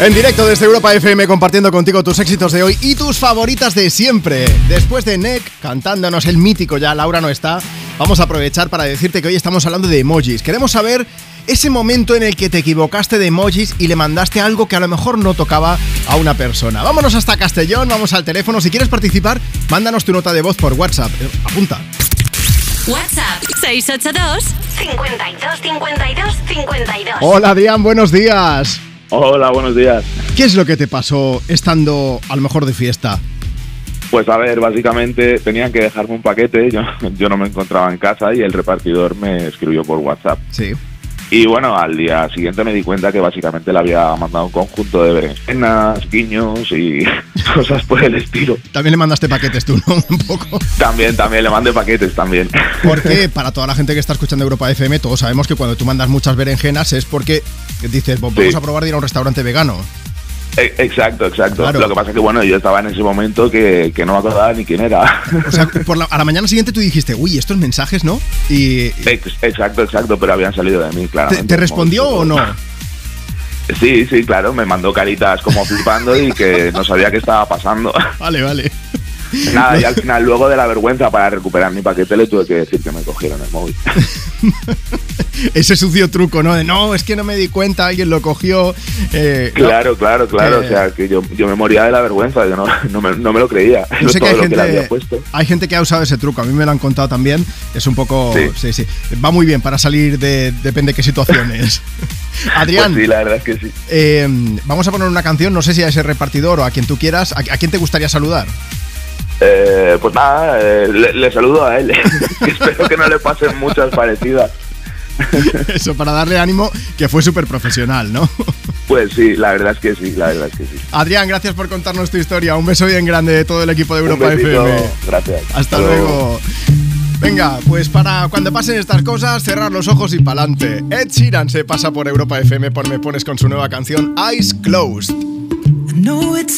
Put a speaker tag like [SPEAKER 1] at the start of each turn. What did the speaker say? [SPEAKER 1] En directo desde Europa FM compartiendo contigo tus éxitos de hoy y tus favoritas de siempre. Después de Nick cantándonos el mítico ya Laura no está, vamos a aprovechar para decirte que hoy estamos hablando de emojis. Queremos saber ese momento en el que te equivocaste de emojis y le mandaste algo que a lo mejor no tocaba a una persona. Vámonos hasta Castellón, vamos al teléfono. Si quieres participar, mándanos tu nota de voz por WhatsApp. Eh, Apunta.
[SPEAKER 2] WhatsApp 682 52 52 52.
[SPEAKER 1] Hola Dian, buenos días.
[SPEAKER 3] Hola, buenos días.
[SPEAKER 1] ¿Qué es lo que te pasó estando a lo mejor de fiesta?
[SPEAKER 3] Pues a ver, básicamente tenían que dejarme un paquete, yo, yo no me encontraba en casa y el repartidor me escribió por WhatsApp.
[SPEAKER 1] Sí.
[SPEAKER 3] Y bueno, al día siguiente me di cuenta que básicamente le había mandado un conjunto de berenjenas, guiños y cosas por el estilo.
[SPEAKER 1] También le mandaste paquetes tú, ¿no? Un poco.
[SPEAKER 3] También, también, le mandé paquetes también.
[SPEAKER 1] Porque para toda la gente que está escuchando Europa FM, todos sabemos que cuando tú mandas muchas berenjenas es porque dices, "Vamos
[SPEAKER 3] Sí.
[SPEAKER 1] a probar de ir a un restaurante vegano."
[SPEAKER 3] E- Exacto, exacto.
[SPEAKER 1] Claro.
[SPEAKER 3] Lo que pasa es que bueno, yo estaba en ese momento que, que no me acordaba ni quién era.
[SPEAKER 1] O sea, por la- a la mañana siguiente tú dijiste, "Uy, estos mensajes, ¿no?" Y
[SPEAKER 3] Ex- Exacto, exacto, pero habían salido de mí, claro.
[SPEAKER 1] ¿te, te respondió o no?
[SPEAKER 3] Sí, sí, claro, me mandó caritas como flipando y que no sabía qué estaba pasando.
[SPEAKER 1] Vale, vale.
[SPEAKER 3] Nada, y al final, luego de la vergüenza para recuperar mi paquete, le tuve que decir que me cogieron el móvil.
[SPEAKER 1] Ese sucio truco, ¿no? De, "No, es que no me di cuenta, alguien lo cogió." eh, no.
[SPEAKER 3] Claro, claro, claro.
[SPEAKER 1] Eh.
[SPEAKER 3] O sea, que yo, yo me moría de la vergüenza, yo no, no, me, no me lo creía.
[SPEAKER 1] Yo sé que
[SPEAKER 3] todo
[SPEAKER 1] hay
[SPEAKER 3] lo que le había
[SPEAKER 1] gente,
[SPEAKER 3] puesto.
[SPEAKER 1] hay gente que ha usado ese truco, a mí me lo han contado también. Es un poco. Sí,
[SPEAKER 3] Sí.
[SPEAKER 1] sí. Va muy bien para salir de. Depende de qué situaciones. Adrián,
[SPEAKER 3] Pues sí, la verdad es que sí.
[SPEAKER 1] eh, vamos a poner una canción, no sé si a ese repartidor o a quien tú quieras. ¿A, a quién te gustaría saludar?
[SPEAKER 3] Eh, pues nada, eh, le, le saludo a él. Espero que no le pasen muchas parecidas.
[SPEAKER 1] Eso, para darle ánimo, que fue súper profesional, ¿no?
[SPEAKER 3] Pues sí, la verdad es que sí, la verdad es que sí.
[SPEAKER 1] Adrián, gracias por contarnos tu historia. Un beso bien grande de todo el equipo de
[SPEAKER 3] Un
[SPEAKER 1] Europa
[SPEAKER 3] besito,
[SPEAKER 1] FM.
[SPEAKER 3] Gracias.
[SPEAKER 1] Hasta luego. Venga, pues para cuando pasen estas cosas, cerrar los ojos y pa'lante. Ed Sheeran se pasa por Europa FM por Me Pones con su nueva canción Eyes Closed.
[SPEAKER 4] I know it's